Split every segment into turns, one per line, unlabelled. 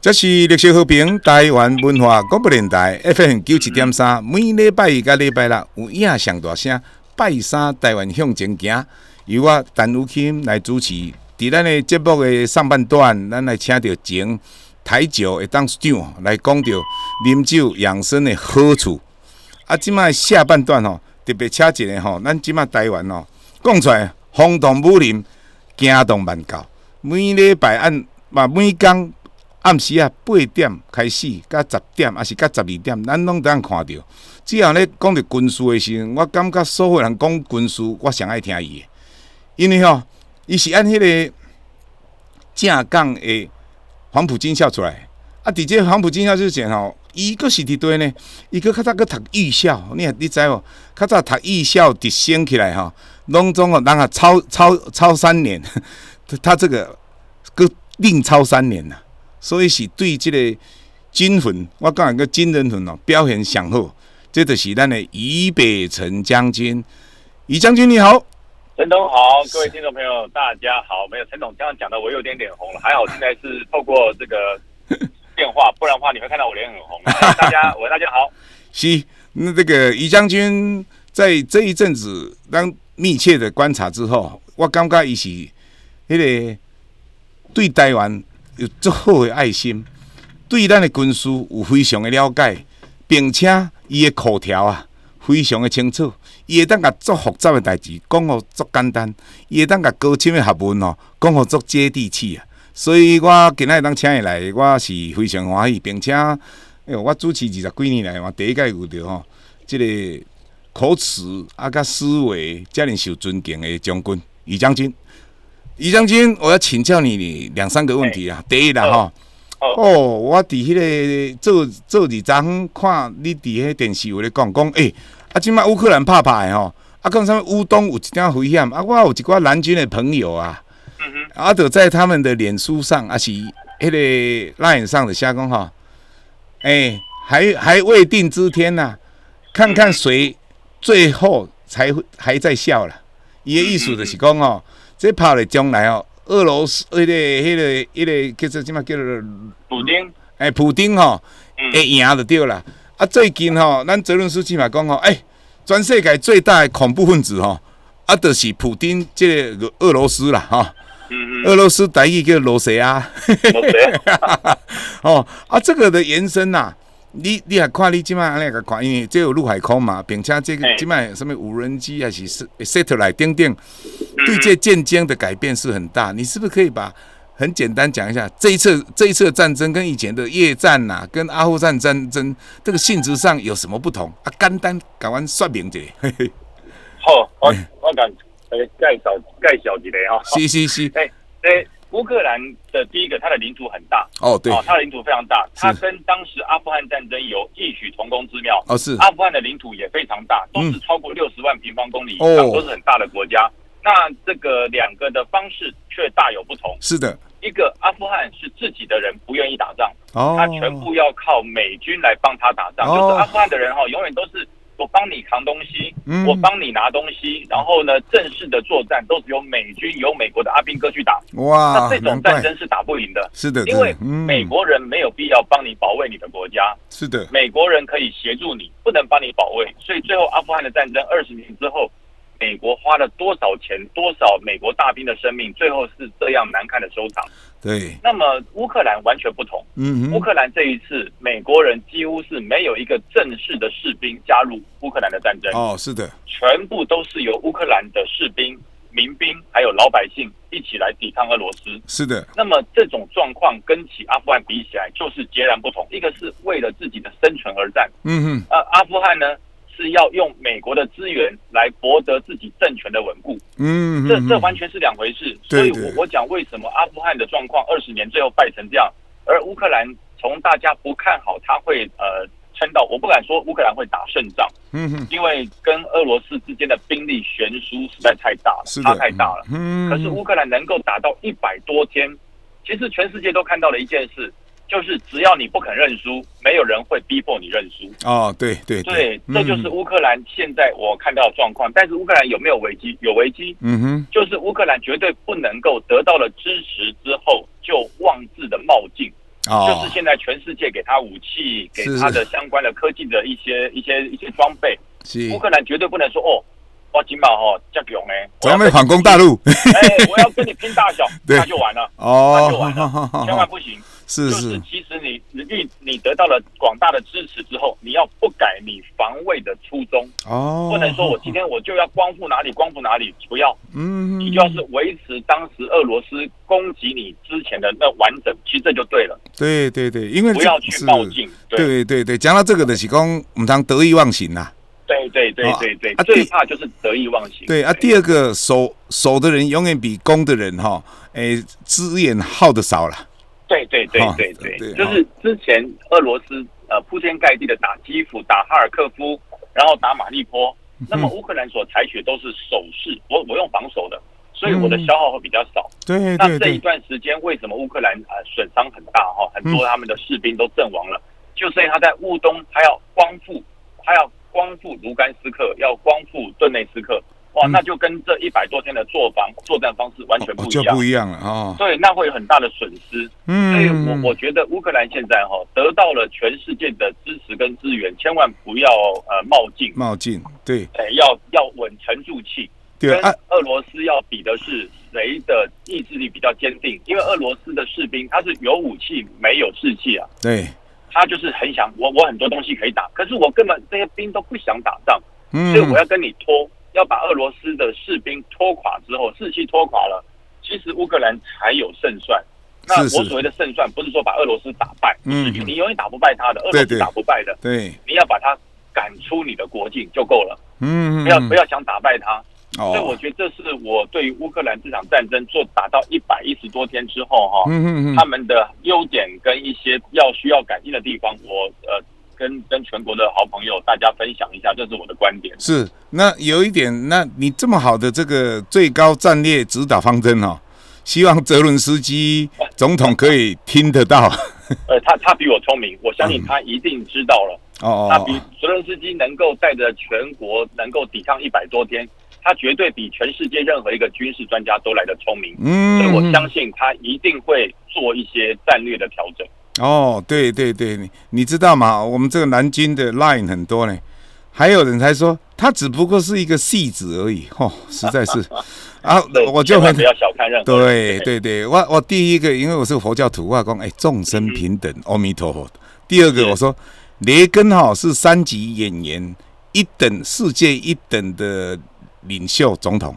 这是绿色和平台湾文化广播电台 FM 九七点三，每礼拜一到礼拜六有影上大声，拜三台湾向前行，由我陈雨钦来主持。伫咱的节目的上半段，咱来请到前台酒的董事长来讲到啉酒养生的好处。啊，即卖下半段吼，特别请一个吼，咱即卖台湾吼，讲出来风动武林，惊动万教。每礼拜按嘛，每工暗时啊八点开始，到十点，还是到十二点，咱拢当看到。只要咧讲着军事的时阵，我感觉所有人讲军事，我上爱听伊的，因为吼，伊是按迄个正港的黄埔军校出来。啊，伫这黄埔军校之前吼，伊阁是伫对呢，伊阁较早阁读艺校，你也你知无？较早读艺校直升起来吼，拢总哦，人啊超超超三年， 他这个阁另超三年呐、所以是对即个军魂，我讲个军人魂哦，表现上好。这就是咱的俞北辰将军，俞将军你好，
陈总好，各位听众朋友，大家好。没有陈总这样讲的，我有点脸红了。还好现在是透过这个电话，不然的话你会看到我脸很红。大家，我大家好。
是那这个俞将军在这一阵子当密切的观察之后，我感觉伊是迄、个对台湾有足好的爱心，对咱的军事有非常的了解，并且伊的口条啊非常的清楚，伊会当甲足复杂的代志讲互足简单，伊会当甲高深的学问哦讲互足接地气啊。所以我今仔日当请伊来，我是非常欢喜，并且，哎呦，我主持二十几年来，我第一届有着吼，即、个口齿啊、甲思维，遮尔受尊敬的将军于将军。于将军，我要请教你两三个问题啊。第一啦，吼、
哦
哦，我伫迄、个做做二张看你伫迄电视有咧讲讲，诶、啊，即摆乌克兰拍拍的吼，啊，讲啥物乌东有一点危险，啊，我有一寡蓝军的朋友啊，
嗯哼，
啊，就在他们的脸书上，啊是迄个 line 上的下讲吼，诶、还还未定之天呐、看看谁最后才会还在笑啦。伊的意思就是讲哦，这炮咧将来哦，俄罗斯迄、个迄、个迄、个叫做即嘛叫做
普京，
诶、普丁吼、
嗯
会赢就对啦。啊，最近吼、咱泽伦斯基嘛讲吼，诶、全世界最大的恐怖分子吼、啊，就是普丁即个俄罗斯啦吼。
嗯
俄罗斯台语叫罗西啊，
嗯，我谁？
哦啊，这个的延伸呐、啊你你也看你即摆安尼个看，因为这有陆海空嘛，并且这个
嘿
即摆什么无人机还是 s- satellite 等等，对这战争的改变是很大。你是不是可以把很简单讲一下这一次这一次的战争跟以前的越战呐、跟阿富汗战争这个性质上有什么不同啊？简单甲阮说明一下。 嘿嘿
好，我我敢呃介绍介绍一个哈。
是是是，
哎，对，乌克兰的第一个，它的领土很大，
哦对，
哦，它的领土非常大，它
是
跟当时阿富汗战争有异曲同工之妙。
哦是，嗯
阿富汗的领土也非常大，都是超过六十万平方公里以上，
哦
都是很大的国家。那这个两个的方式却大有不同。
是的，
一个阿富汗是自己的人不愿意打仗，
哦，
他全部要靠美军来帮他打仗。
哦
就是阿富汗的人哈、永远都是我帮你扛东西，
嗯
我帮你拿东西，然后呢，正式的作战都是由美军、由美国的阿兵哥去打。那
哇，
这种
啊难
战
怪，
争是打不赢的，
是的，
因为
真的嗯
美国人没有必要帮你保卫你的国家。
是的，
美国人可以协助你，不能帮你保卫。所以最后阿富汗的战争二十年之后，美国花了多少钱，多少美国大兵的生命，最后是这样难看的收场。
对，
那么乌克兰完全不同，
嗯
乌
哼，
克兰这一次美国人几乎是没有一个正式的士兵加入乌克兰的战争，
哦，是的，
全部都是由乌克兰的士兵、民兵还有老百姓一起来抵抗俄罗斯。
是的，
那么这种状况跟起阿富汗比起来，就是截然不同。一个是为了自己的生存而战，
嗯哼，
呃，阿富汗呢是要用美国的资源来博得自己政权的稳固，
嗯哼，
这这
嗯
完全是两回事。所
对
以
对
我我讲为什么阿富汗的状况二十年最后败成这样，而乌克兰从大家不看好他会呃撑到，我不敢说乌克兰会打胜仗，
嗯哼，
因为跟俄罗斯之间的兵力悬殊实在太大了，
是
差
的，
太大了。
嗯，嗯，
可是乌克兰能够打到一百多天，其实全世界都看到了一件事，就是只要你不肯认输，没有人会逼迫你认输。
哦，对对嗯
对，这就是乌克兰现在我看到的状况。但是乌克兰有没有危机？有危机，
嗯哼，
就是乌克兰绝对不能够得到了支持之后就妄自的冒进，就是
哦，
现在全世界给他武器，给
是
他的相关的科技的一些一些一些装备。
是，
乌克兰绝对不能说哦，哇，金宝哦，这勇哎，我
咱
要
们
跟
反攻大陆，
哎，我要跟你拼大小，
对
那就完了，那就完了，千 万
哦，
不行。
是
就是
是，
其实你你你得到了广大的支持之后，你要不改你防卫的初衷，
哦，
不能说我今天我就要光复哪里光复哪里，不要，
嗯，
你就是维持当时俄罗斯攻击你之前的那完整，其实这就对了，
对对对，因为
不
这
要去
是
冒进，对
对对对，讲到这个的是讲，唔通得意忘形啦。
对对对
啊
对对
啊，
最
第
怕就是得意忘形。
对啊，第二个守守的人永远比攻的人哈，诶，资源耗的少啦。
对对对
哦
对
对对
对，就是之前俄罗斯呃铺天盖地的打基辅、打哈尔科夫，然后打马利波，
嗯
那么乌克兰所采取都是守势，我我用防守的，所
嗯
以我的消耗会比较少。
对
那
对
这一
对，
段时间为什么乌克兰呃损伤很大哈，很
嗯
多他们的士兵都阵亡了，就是因为他在乌东，他要光复，他要光复卢甘斯克，要光复顿内斯克，哇，
嗯
那就跟这一百多天的作防作战方式完全
哦
不一
就
样
不。一样了哦。
对，那会有很大的损失。所以我
嗯，
我觉得乌克兰现在哈、得到了全世界的支持跟资源，千万不要呃冒进，
冒进，对
呃要要稳沉住气。
对
跟
啊，
俄罗斯要比的是谁的意志力比较坚定，因为俄罗斯的士兵他是有武器没有士气啊，
对，
他就是很想我我很多东西可以打，可是我根本这些兵都不想打仗，
嗯
所以我要跟你拖，要把俄罗斯的士兵拖垮之后，士气拖垮了，其实乌克兰才有胜算。那
是是
我所谓的胜算，不是说把俄罗斯打败，
嗯
你永远打不败他的，俄罗
对对
斯打不败的，
对，
你要把他赶出你的国境就够了，
嗯，
不要不要想打败他。所以我
哦，
觉得这是我对于乌克兰这场战争做打到一百一十多天之后哈、
嗯嗯
他们的优点跟一些要需要改进的地方，我呃跟跟全国的好朋友大家分享一下，这是我的观点。
是，那有一点，那你这么好的这个最高战略指导方针哦，希望泽伦斯基总统可以听得到
呃，他他比我聪明，我相信他一定知道了。
嗯哦
他比泽连斯基能够带着全国能够抵抗一百多天，他绝对比全世界任何一个军事专家都来得聪明。所以
嗯
我相信他一定会做一些战略的调整。
哦，对对对，你你知道吗？我们这个南京的 Line 很多呢，还有人才说他只不过是一个戏子而已，哦，实在是啊
对，，
我就
千万
很
不要小看任何人。
对对对，我我第一个，因为我是佛教徒，我讲哎，众生平等，阿弥陀佛。第二个，
嗯是
我说雷根哈、是三级演员，一等世界一等的领袖总统，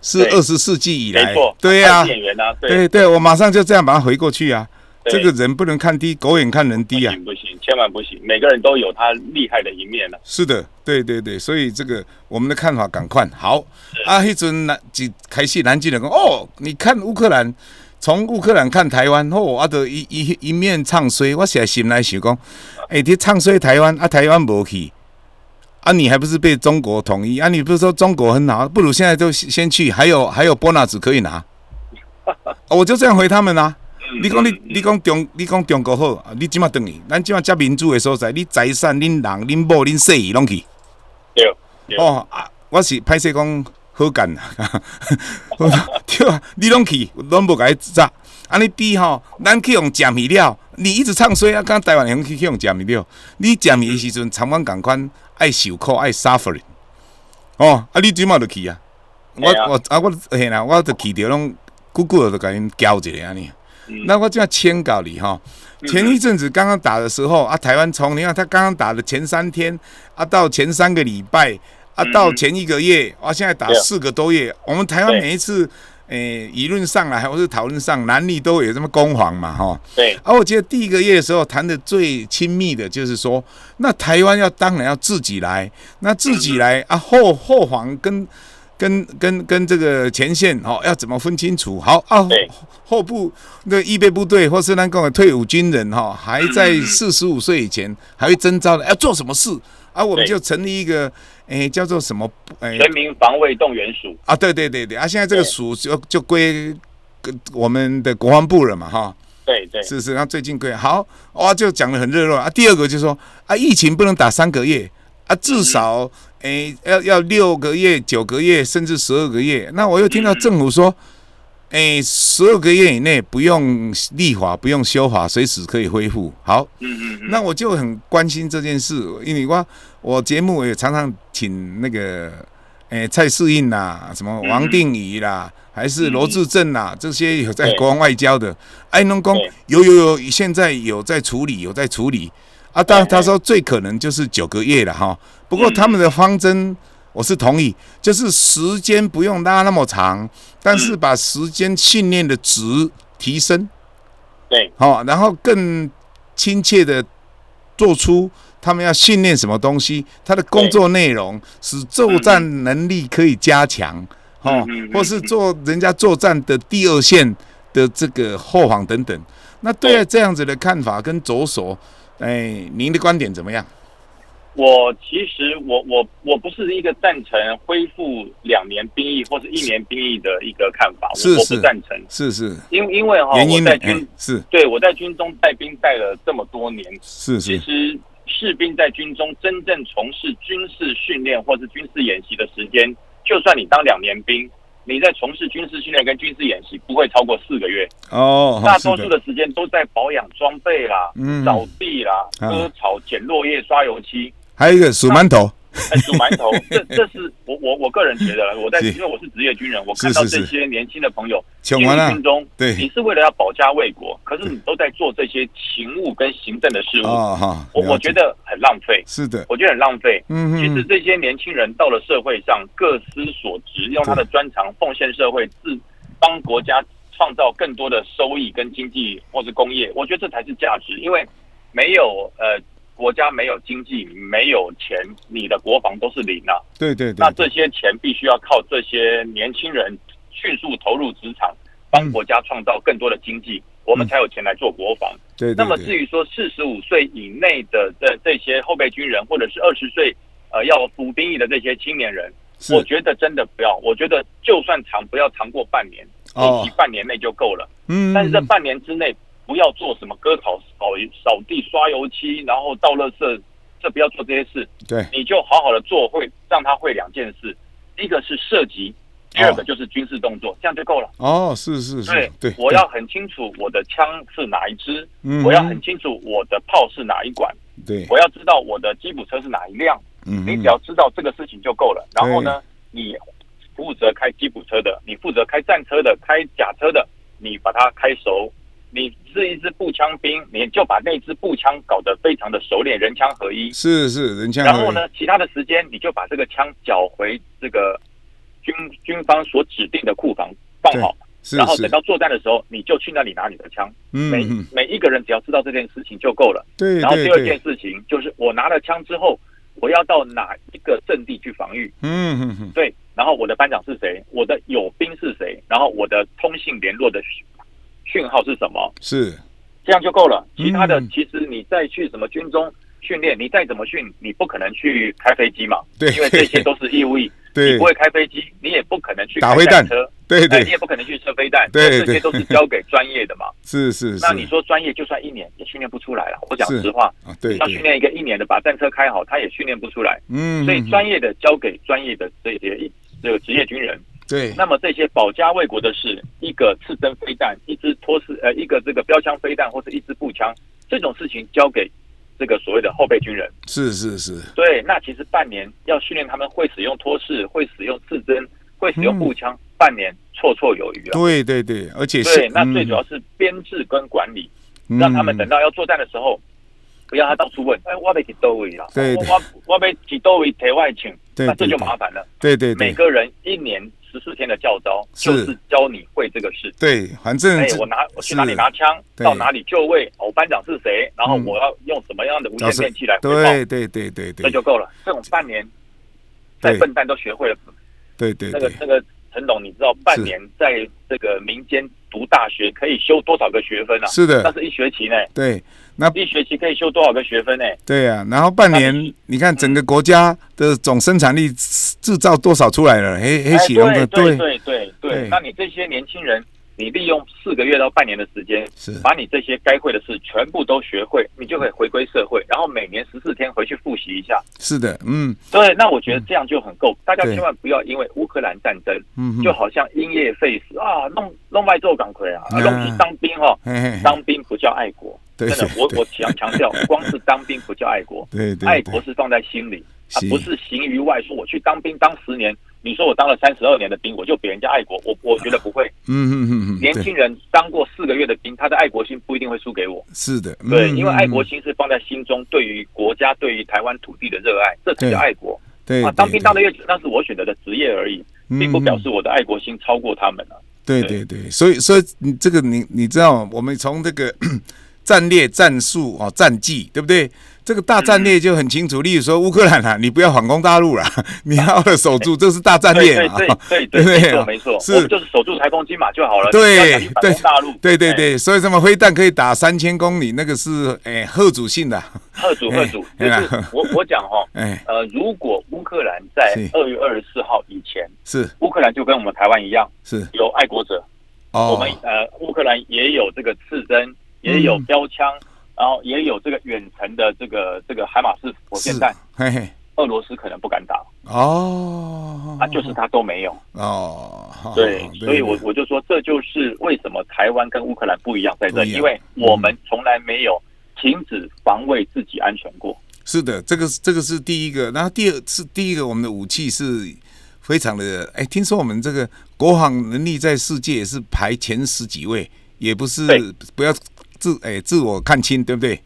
是
对
二十世纪以来
没错，，
对呀、
他是演员啊，对，
对对，我马上就这样把它回过去啊。这
对
个人不能看低，狗眼看人
不
低啊。
行不行，千万不行，每个人都有他厉害的一面啊了。
是的，对对对，所以这个我们的看法赶快好啊！迄阵南一开始南京人讲哦，你看乌克兰，从乌克兰看台湾，哦，啊，都一一一面唱衰，我现在心内想讲，哎、你唱衰台湾啊，台湾无去啊，你还不是被中国统一啊？你不是说中国很好，不如现在就先先去，还有还有 bonus 可以 拿、啊我就这样回他们啊。
嗯
你讲你
嗯嗯
你讲中你讲中国好，啊你即马等去，咱即马遮民主的所在，你财产、恁人、恁某、恁细姨拢去。
对对
哦，啊，我是歹势讲好干 啦，对啊，你拢去，拢无甲伊炸。安尼比吼，咱去用食米了，你一直唱衰啊，敢台湾人去去用食米了，你食米的时阵，参阮共款爱受苦爱 suffering。哦，啊，你即马就去啊，我
嘿啊
我啊我嘿啦，我就去着拢久久就甲因交一个安尼。
嗯
那我就要签稿你哈。前一阵子刚刚打的时候啊，台湾从你看他刚刚打的前三天啊，到前三个礼拜啊，到前一个月啊，现在打
嗯对啊
四个多月，我们台湾
对
每一次诶舆论上来或是讨论上，男女都有这么攻防嘛哈。
对
而、啊、我记得第一个月的时候谈的最亲密的就是说，那台湾要当然要自己来，那自己来啊后后防跟跟跟跟这个前线哦要怎么分清楚？好啊后
对
后部那预备部队或是咱讲的退伍军人哈、哦，还 在四十五岁以前还会征召的，要做什么事啊？我们
对
就成立一个诶叫做什么诶
全民防卫动员署，
啊对对对对啊，现在这个
对
署就就归跟我们的国防部了嘛哈。
对对
是是，那最近贵好哇，就讲的很热络啊。第二个就是说啊，疫情不能打三个月啊，至少诶、要要六个月、九个月，甚至十二个月。那我又听到政府说，诶、诶，十二个月以内不用立法，不用修法，随时可以恢复。好，
嗯嗯嗯，
那我就很关心这件事，因为我我节目也常常请那个诶、蔡世应啦，什
嗯
么王定宇啦，还是罗志正啦，这些有在
对
国防外交的，哎，农工
对
有有有，现在有在处理，有在处理啊。当然
对
他说最可能就是九个月了哈，不过他们的方
嗯
针我是同意，就是时间不用拉那么长，但
嗯
是把时间训练的值提升。
对，
好、然后更亲切的做出他们要训练什么东西，他的工作内容，使作战能力可以加强，哦
嗯嗯嗯，
或是做人家作战的第二线的这个后防等等。那对啊，
对
这样子的看法跟着手，哎，您的观点怎么样？
我其实我我我不是一个赞成恢复两年兵役或是一年兵役的一个看法，
是
我我
是
不赞成，
是是，
因因为哈、
原因
哦我
呢
在？
哎
军，
是
对我在军中带兵带了这么多年，
是
其
是
实士兵在军中真正从事军事训练或是军事演习的时间，就算你当两年兵，你在从事军事训练跟军事演习不会超过四个月，
哦，
大
好
多
是
数
的，
的时间都在保养装备啦、
嗯
扫地啦、
啊
割草、捡落叶、刷 油漆。
还有一个数馒头，
哎，煮馒头，这这是我我我个人觉得啦，我在
是
因为我是职业军人，我
是
看到
是
这
是
些年轻的朋友
抢
进
完
入
了
军中，
对
你是为了要保家卫国，可是你都在做这些勤务跟行政的事务，
哦哈，
我我
了解
觉得很浪费，
是的，
我觉得很浪费。
嗯
其实
嗯，
这些年轻人到了社会上，各司所职，用他的专长奉献社会，自帮国家创造更多的收益跟经济或是工业，我觉得这才是价值。因为没有呃国家没有经济没有钱，你的国防都是零啊。
对对对
那，这些钱必须要靠这些年轻人迅速投入职场，
嗯
帮国家创造更多的经济，我们才有钱来做国防。
对对
那么
对
至于说四十五岁以内的这这些后备军人，或者是二十岁呃要服兵役的这些青年人，
是
我觉得真的不要，我觉得就算长不要长过半年，
哦
预期半年内就够了。
嗯，
但是这半年之内不要做什么割草、扫扫地、刷油漆，然后倒垃圾，这不要做这些事，
对
你就好好的做会，让他会两件事，一个是射击，第二个就是军事动作，这样就够了。
哦，是是是，
对
对，
我要很清楚我的枪是哪一支，
嗯
我要很清楚我的炮是哪一管，
对，
我要知道我的吉普车是哪一辆。
嗯
你
哼
只要知道这个事情就够了。然后呢，你负责开吉普车的，你负责开战车的，开甲车的，你把它开熟。你是一支步枪兵，你就把那支步枪搞得非常的熟练，人枪合一。
是是人家
然后呢，其他的时间你就把这个枪缴回这个军军方所指定的库房放好，
是
然后
是
等到作战的时候，你就去那里拿你的枪。每
嗯嗯
每一个人只要知道这件事情就够了。
对
然后
对
第二件
对，
事情就是，我拿了枪之后，我要到哪一个阵地去防御？
嗯嗯嗯
对，然后我的班长是谁？我的友兵是谁？然后我的通信联络的讯讯号是什么？
是
这样就够了。其他的
嗯，
其实你再去什么军中训练，你再怎么训，你不可能去开飞机嘛，
对
因为 这些都是义务役。
对
你不会开飞机，你也不可能去
打
开
飞
战
弹
车，
对
哎你
对
也不可能去射飞弹，
对
这
对
些都是交给专业的嘛。
是 是是，
那你说专业就算一年也训练不出来了。我讲
是
实话，
啊对
要训
对，
练一个一年的把战车开好，他也训练不出来。
嗯，
所以
嗯嗯
专业的交给专业的这些这个职业军人。
对
那么这些保家卫国的事，一个刺针飞弹，一支托式呃一个这个标枪飞弹或是一支步枪，这种事情交给这个所谓的后备军人。
是是是
对，那其实半年要训练他们会使用托式，会使用刺针，会使用步枪，半年绰绰有余啊。
对对对，而且是嗯
对，那最主要是编制跟管理，让他们等
到
到要作战的时候，不要他到处问，哎，我被几多位了，
对
我
对
我我被几多位台外请，
对
那这
对
就
对
麻烦了。
对对
每
对
个人一年十四天的教招，
是
就是教你会这个事。
对，反正
哎，
这
我拿我去
是
哪里拿枪，
对
到哪里就位，哦我班长是谁，然后
嗯
我要用什么样的无
老
线
师
电器来汇报，
对对对对
这
对
就够了。这种半年，在
对
笨蛋都学会了。
对对
那个
对，
那个陈董，你知道半年在这个民间读大学可以修多少个学分啊？
是
那
的，
是一学期呢，
对，那
一学期可以修多少个学分呢？
对啊，然后半
那
年，你看整个国家的总生产力制造多少出来了？黑黑
哎
喜龙的，
对对对对
对
对，那你这些年轻人你利用四个月到半年的时间，
是
把你这些该会的事全部都学会，你就可以回归社会，然后每年十四天回去复习一下。
是的，嗯
对，那我觉得这样就很够。大家
对
千万不要因为乌克兰战争，
嗯哼，
就好像因噎废食啊，弄弄外做港魁啊，
嗯
弄去当兵哦，
嘿嘿嘿
当兵不叫爱国。
嗯对
真的，我
对
我强强 调，光是当兵不叫爱国，
对对
爱
对
国是放在心里，啊
是，
不是行于外。说我去当兵当十年，你说我当了三十二年的兵，我就比人家爱国，我我觉得不会。
嗯嗯嗯嗯，
年
啊对
轻人当过四个月的兵，他的爱国心不一定会输给我。
是的，
对，
嗯
因为爱国
嗯
心是放在心中，对于国家、对于台湾土地的热爱，这才
对
叫爱国
对
啊！
对
当兵
对
当的越久，那是我选择的职业而已，并不
嗯
表示我的爱国心超过他们啊了。
对对
对
对，所以所以你这个你你知道，我们从这个 战略、战术哦、战绩，对不对？这个大战
嗯
略就很清楚，例如说乌克兰啊，你不要反攻大陆啦， 你好好的守 住，这是大战
对
略
对
啊。
对
对
对对，
对
没
啊
错没错，
是
我们就是守住台风金马就好了。
对
你不要想去反攻大陆，
对对
哎，
对，所以什么飞弹可以打三千公里，那个是诶贺主性的，
贺主贺主，
哎
就
哎
是
呀
我我讲哈，
哎，
呃，如果乌克兰在
是
二月二十四号以前，
是
乌克兰就跟我们台湾一样
是
有爱国者，我
哦
们，呃，乌克兰也有这个刺针，也有
嗯
标枪，然后也有这个远程的这个这个海马式火箭
是
弹，
嘿嘿，
俄罗斯可能不敢打，
哦，
啊，就是它都没有。
哦，好
对，
好
所以我我就说，这就是为什么台湾跟乌克兰不一样在
不
这，
一样嗯
因为我们从来没有停止防卫自己安全过。
是的，这个是这个是第一个，然后第二是第一个，我们的武器是非常的，哎，听说我们这个国防能力在世界也是排前十几位，也不是
对
不要自哎自我看轻，对不对？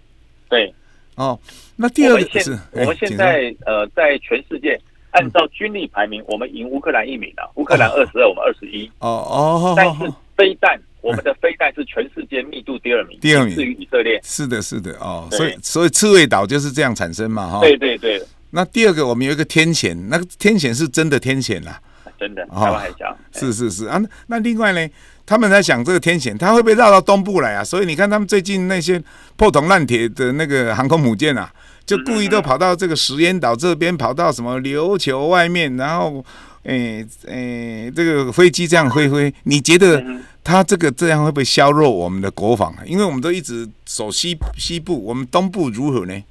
对，
哦，那第二
我们
个
现
是
我们现，
哎嗯
在呃，在全世界按照军力排名，我们赢乌克兰一名了，乌克兰二十二，我们二十一，
请说哦哦哦
但
哦
是
哦，哎
飞弹，我们的飞弹是全世界密度第二名，
第二名
至于以色列。
是的，是的，哦，
对
所以所以刺猬岛就是这样产生嘛，哈、
对对对，
那第二个，我们有一个天险，那个天险是真的天险啦、
真的，
哦
台湾海峡
是是是啊，那那另外呢，他们在想这个天险，它会不会绕到东部来啊？所以你看他们最近那些破铜烂铁的那个航空母舰啊，就故意都跑到这个石垣岛这边，跑到什么琉球外面，然后，诶、诶、这个飞机这样挥挥，你觉得
嗯哼
它这个这样会不会削弱我们的国防啊？因为我们都一直守西西部，我们东部如何呢？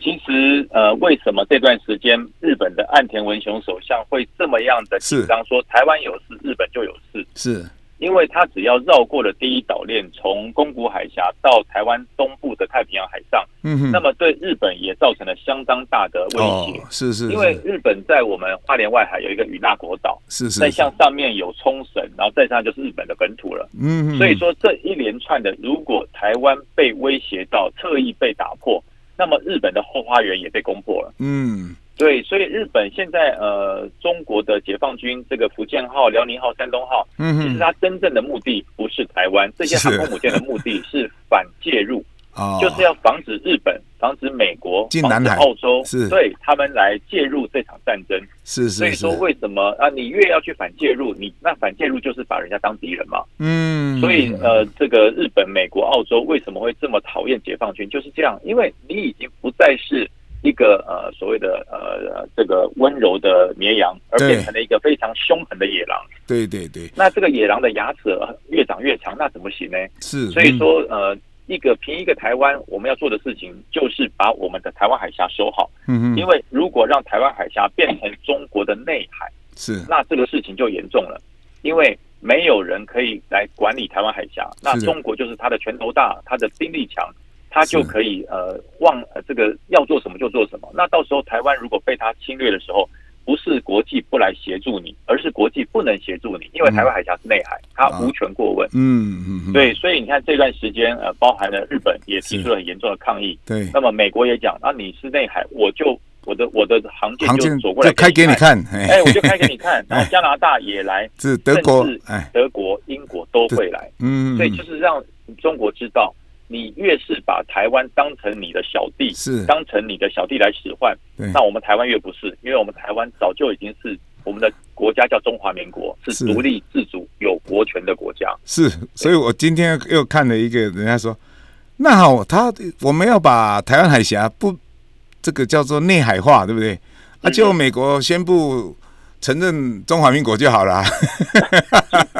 其实，呃，为什么这段时间日本的岸田文雄首相会这么样的紧张？说台湾有事，日本就有事，
是
因为他只要绕过了第一岛链，从宫古海峡到台湾东部的太平洋海上，
嗯哼，
那么对日本也造成了相当大的威
哦
胁。，
是是，
因为
是
日本在我们花莲外海有一个与那国岛，
是是
再向上面有冲绳，然后再上就是日本的本土了。
嗯哼，
所以说这一连串的，如果台湾被威胁到，特意被打破，那么日本的后花园也被攻破了。
嗯
对，所以日本现在呃，中国的解放军这个福建号、辽宁号、山东号，
嗯
其实
哼，
它真正的目的不是台湾，这些
是
航空母舰的 目的是反介入，
哦，
就是要防止日本、防止美国、
进
防
南
止
海
澳洲
是，
对他们来介入这场战争。
是是
所以
是
说，，为什么啊？你越要去反介入，你那反介入就是把人家当敌人嘛。
嗯，
所以呃，这个日本、美国、澳洲为什么会这么讨厌解放军，就是这样，因为你已经不再是一个呃所谓的呃呃这个温柔的绵羊，而
对
变成了一个非常凶狠的野狼。
对对对，
那这个野狼的牙齿呃越长越长，那怎么行呢？
是，
所以
嗯
说呃。一个凭一个台湾，我们要做的事情就是把我们的台湾海峡守好，
嗯
因
哼，
为如果让台湾海峡变成中国的内海，
是
那这个事情就严重了，因为没有人可以来管理台湾海峡，那
是的
中国就是它的拳头大，它的兵力强，它就是可以呃忘呃这个要做什么就做什么。那到时候台湾如果被它侵略的时候，不是国际不来协助你，而是国际不能协助你，因为
嗯
台湾海峡是内海，它
啊
无权过问。
嗯嗯嗯，
对，所以你看这段时间，呃，包含了日本也提
是
出了很严重的抗议，
对，
那么美国也讲，那、啊你是内海，我就我的我的航舰
航
就
线
走过来
就开给你
看。
看，哎
哎、我就开给你看。然后加拿大也来，
是德国
甚至，
哎，
德国、英国都会来，
嗯，
所以就是让中国知道，你越是把台湾当成你的小弟，
是
当成你的小弟来使唤
对，
那我们台湾越不是，因为我们台湾早就已经是我们的国家叫中华民国，
是
是独立自主、有国权的国 家。
是，所以我今天又看了一个，人家说，那好，他我们要把台湾海
嗯
峡不这个叫做内海化，对不对？啊，就美国宣布承认中华民国就好啊啦。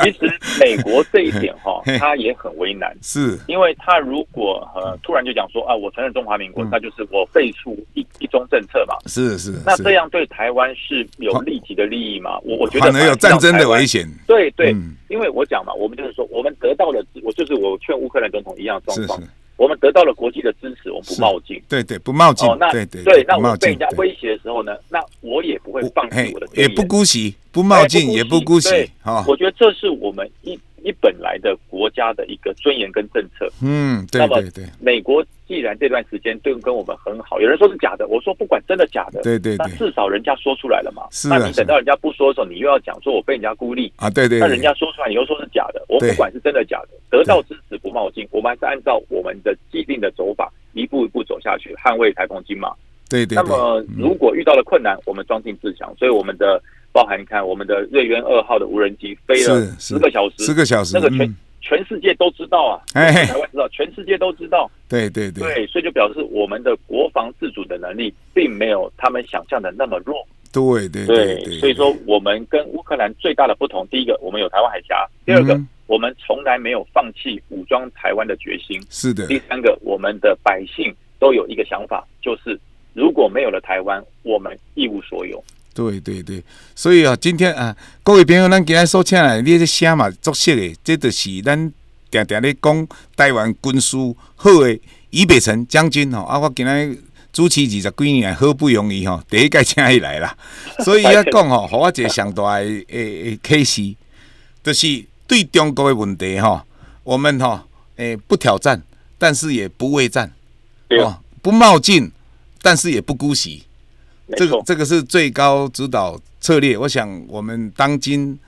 其实美国这一点哈、他也很为难，
是
因为他如果呃突然就讲说啊，我承认中华民
嗯
国，那就是我废除一一中政策嘛。
是是，
那
是
这样对台湾是有立即的利益吗？我我觉得
反而有战争的危
险。
险。
对对，
嗯
因为我讲嘛，我们就是说，我们得到了，我就是我劝乌克兰总统一样的
是
状况
是，
我们得到了国际的支持，我们不
是
冒进。
对对，不冒进
哦，，那
对对
那
不冒
我被
进
人家，
对
威胁的时候呢，那我也不会
不
放
嘿
弃我的尊
也
严，
不姑息，不
哎
冒进，也不姑
对
息，哈，
我觉得这是我们一一本来的国家的一个尊严跟政策。
嗯，对
那么
对对
美国既然这段时间对跟我们很好，有人说是假的，我说不管真的假的，
对对
那
对，
至少人家说出来了嘛。
是啊
那你等到人家不说的时候，你又要讲说我被人家孤立，
啊，对对，
那
对
人家说出来，你又说是假的，我
对
不管是真的假的，得到支持不冒进，我们还是按照我们的既定的走法，一步一步走下去，捍卫台风金马。
对对
那
对，
么
嗯
如果遇到了困难，我们装进自强，所以我们的包含你看我们的瑞渊二号的无人机飞了
是是
十个小时，
四个小时
那，个全、
嗯，
全世界都知道啊，
哎
不是台湾知道，全世界都知道，
对对对
对，所以就表示我们的国防自主的能力并没有他们想象的那么弱。
对对
对
对，
所以说我们跟乌克兰最大的不同，第一个我们有台湾海峡，第二个、
嗯
我们从来没有放弃武装台湾的决心，
是的，
第三个我们的百姓都有一个想法，就是如果没有了台湾，我们一无所有。
对对对，所以啊，今天啊，各位朋友，咱今日所请来的，你这写嘛作色的，这就是咱常常咧讲台湾军事好的俞北辰将军吼、啊，我今日主持二十几年来，好不容易吼、第一届请伊来啦，所以伊啊讲吼，互我一个上大的诶诶启示，呃就是对中国的问题吼、我们吼、诶、不挑战，但是也不畏战，
对啊
哦，不冒进，但是也不姑息。
没
这个
错，
这个是最高指导策略，我想我们当今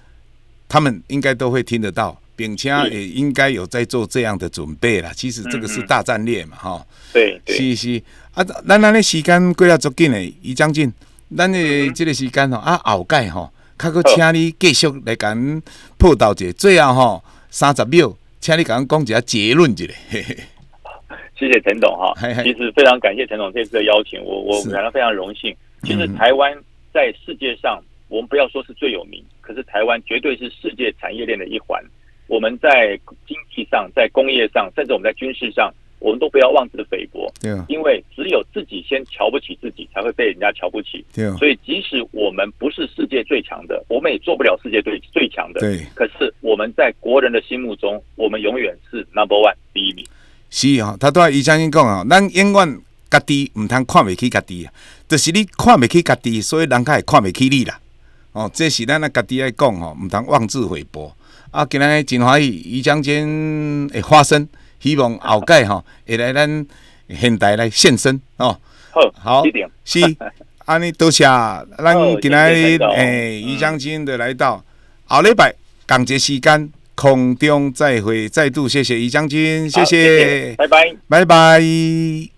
他们应该都会听得到，并且
嗯
也应该有在做这样的准备了。其实这个是
嗯嗯
大战略嘛，哈、
对对，
是是啊，咱咱咧时间过了足紧诶，于将军，咱
嗯
诶即个时间吼，啊后盖吼，较搁请你继续来甲咱报道者，最后吼三十秒，请你甲咱讲一下结论一下。 嘿嘿
谢谢陈董哈
嘿嘿，
其实非常感谢陈董这次的邀请，我我
是
感到非常荣幸。其实
嗯
台湾在世界上，我们不要说是最有名，可是台湾绝对是世界产业链的一环。我们在经济上、在工业上，甚至我们在军事上，我们都不要妄自菲薄，
对哦
因为只有自己先瞧不起自己，才会被人家瞧不起。
对哦
所以，即使我们不是世界最强的，我们也做不了世界最最强的。
对。
可是我们在国人的心目中，我们永远是 number one 第一名。
是吼、他拄仔医生因讲吼，哦咱永远家己毋通看袂起家己啊，就是你看袂起家己，所以人较会看袂起你啦。哦，这是咱啊家己爱讲吼，毋通妄自菲薄。啊，今日真欢喜于将军会发生，希望后盖吼会来咱现代来现身哦。
好，
好
这点，
是，安尼多谢咱
好
今日
谢谢陈总
诶
嗯
于将军的来到，后礼拜同一时间空中再会，再度谢谢于将军，
好
谢
谢，拜拜。
拜拜。